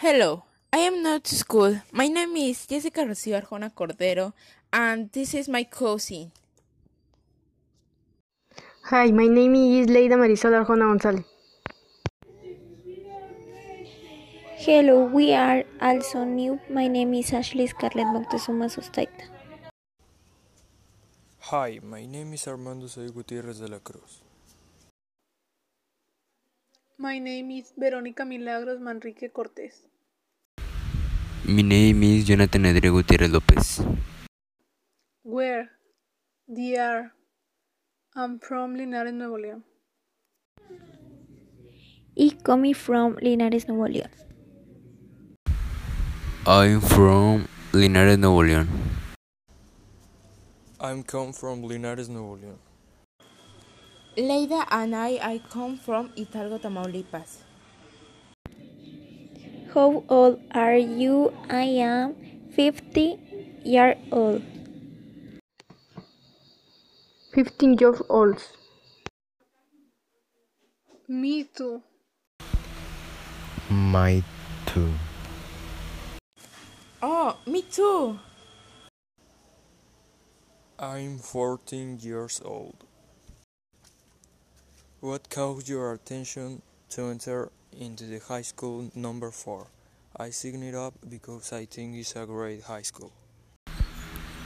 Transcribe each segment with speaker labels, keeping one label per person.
Speaker 1: Hello, I am not to school. My name is Jessica Rocío Arjona Cordero, and this is my cousin.
Speaker 2: Hi, my name is Leida Marisol Arjona González.
Speaker 3: Hello, we are also new. My name is Ashley Scarlett Moctezuma Sustaita.
Speaker 4: Hi, my name is Armando Soy Gutiérrez de la Cruz.
Speaker 5: My name is Verónica Milagros Manrique Cortés.
Speaker 6: My name is Jonathan André Gutierrez Lopez.
Speaker 5: Where? DR. I'm from Linares, Nuevo León.
Speaker 3: Y coming from Linares, Nuevo León.
Speaker 6: I'm from Linares, Nuevo León.
Speaker 4: I'm come from Linares, Nuevo León.
Speaker 1: Leida and I, I come from Hidalgo, Tamaulipas.
Speaker 3: How old are you? I am 50 year old.
Speaker 2: 15 years old.
Speaker 5: Me too.
Speaker 7: My too.
Speaker 1: Oh, me too.
Speaker 4: I'm 14 years old. What caught your attention to enter into the high school number 4? I signed it up because I think it's a great high school.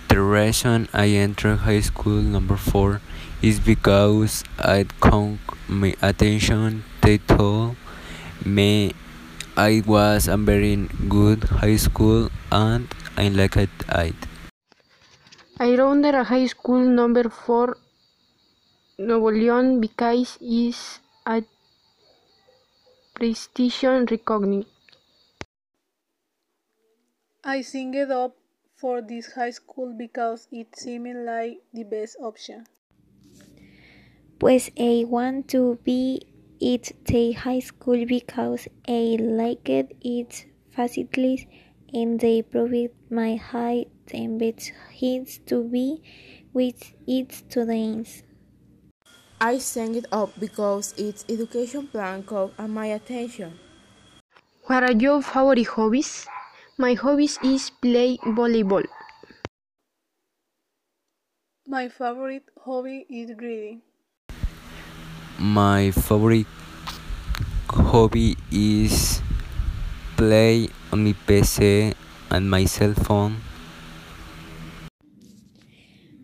Speaker 6: The reason I entered high school number 4 is because it caught my attention. They told me I was a very good high school and I liked it.
Speaker 2: I rounded a high school number 4 Nuevo León because it's a prestigious recognized.
Speaker 5: I signed up for this high school because it seemed like the best option.
Speaker 3: Pues I want to be at the high school because I liked its facilities and they proved my height and best hits to be with its students.
Speaker 1: I sang it up because its education plan caught my attention.
Speaker 2: What are your favorite hobbies? My hobbies is play volleyball.
Speaker 5: My favorite hobby is reading.
Speaker 6: My favorite hobby is play on my PC and my cell phone.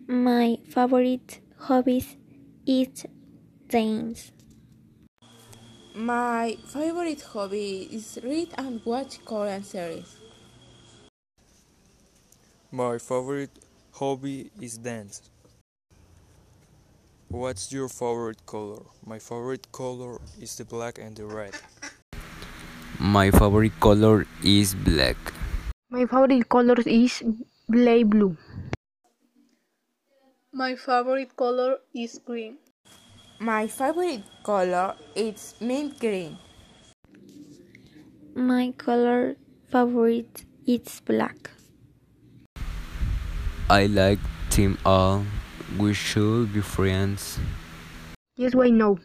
Speaker 3: My favorite hobbies is dance.
Speaker 1: My favorite hobby is read and watch Korean series.
Speaker 4: My favorite hobby is dance. What's your favorite color? My favorite color is the black and the red.
Speaker 6: My favorite color is black.
Speaker 2: My favorite color is play blue.
Speaker 5: My favorite color is green.
Speaker 1: My favorite color is mint green.
Speaker 3: My color favorite is black.
Speaker 6: I like them all. We should be friends.
Speaker 2: Yes, why no?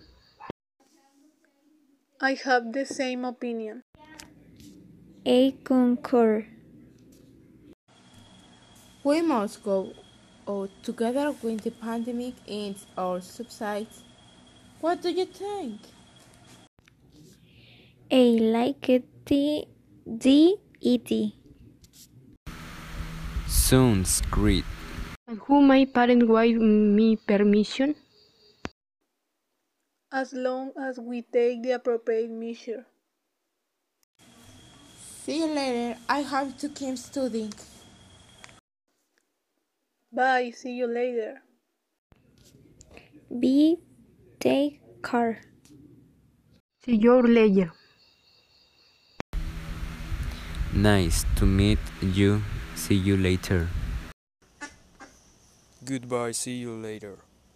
Speaker 5: I have the same opinion.
Speaker 3: I concur.
Speaker 1: We must go out together when the pandemic ends or subsides. What do you think?
Speaker 3: I like the D E T.
Speaker 6: Sounds great.
Speaker 2: And who my parents gave me permission?
Speaker 5: As long as we take the appropriate measure.
Speaker 1: See you later. I have to keep studying.
Speaker 5: Bye, see you later.
Speaker 3: B take care.
Speaker 2: See you later.
Speaker 6: Nice to meet you. See you later.
Speaker 4: Goodbye, see you later.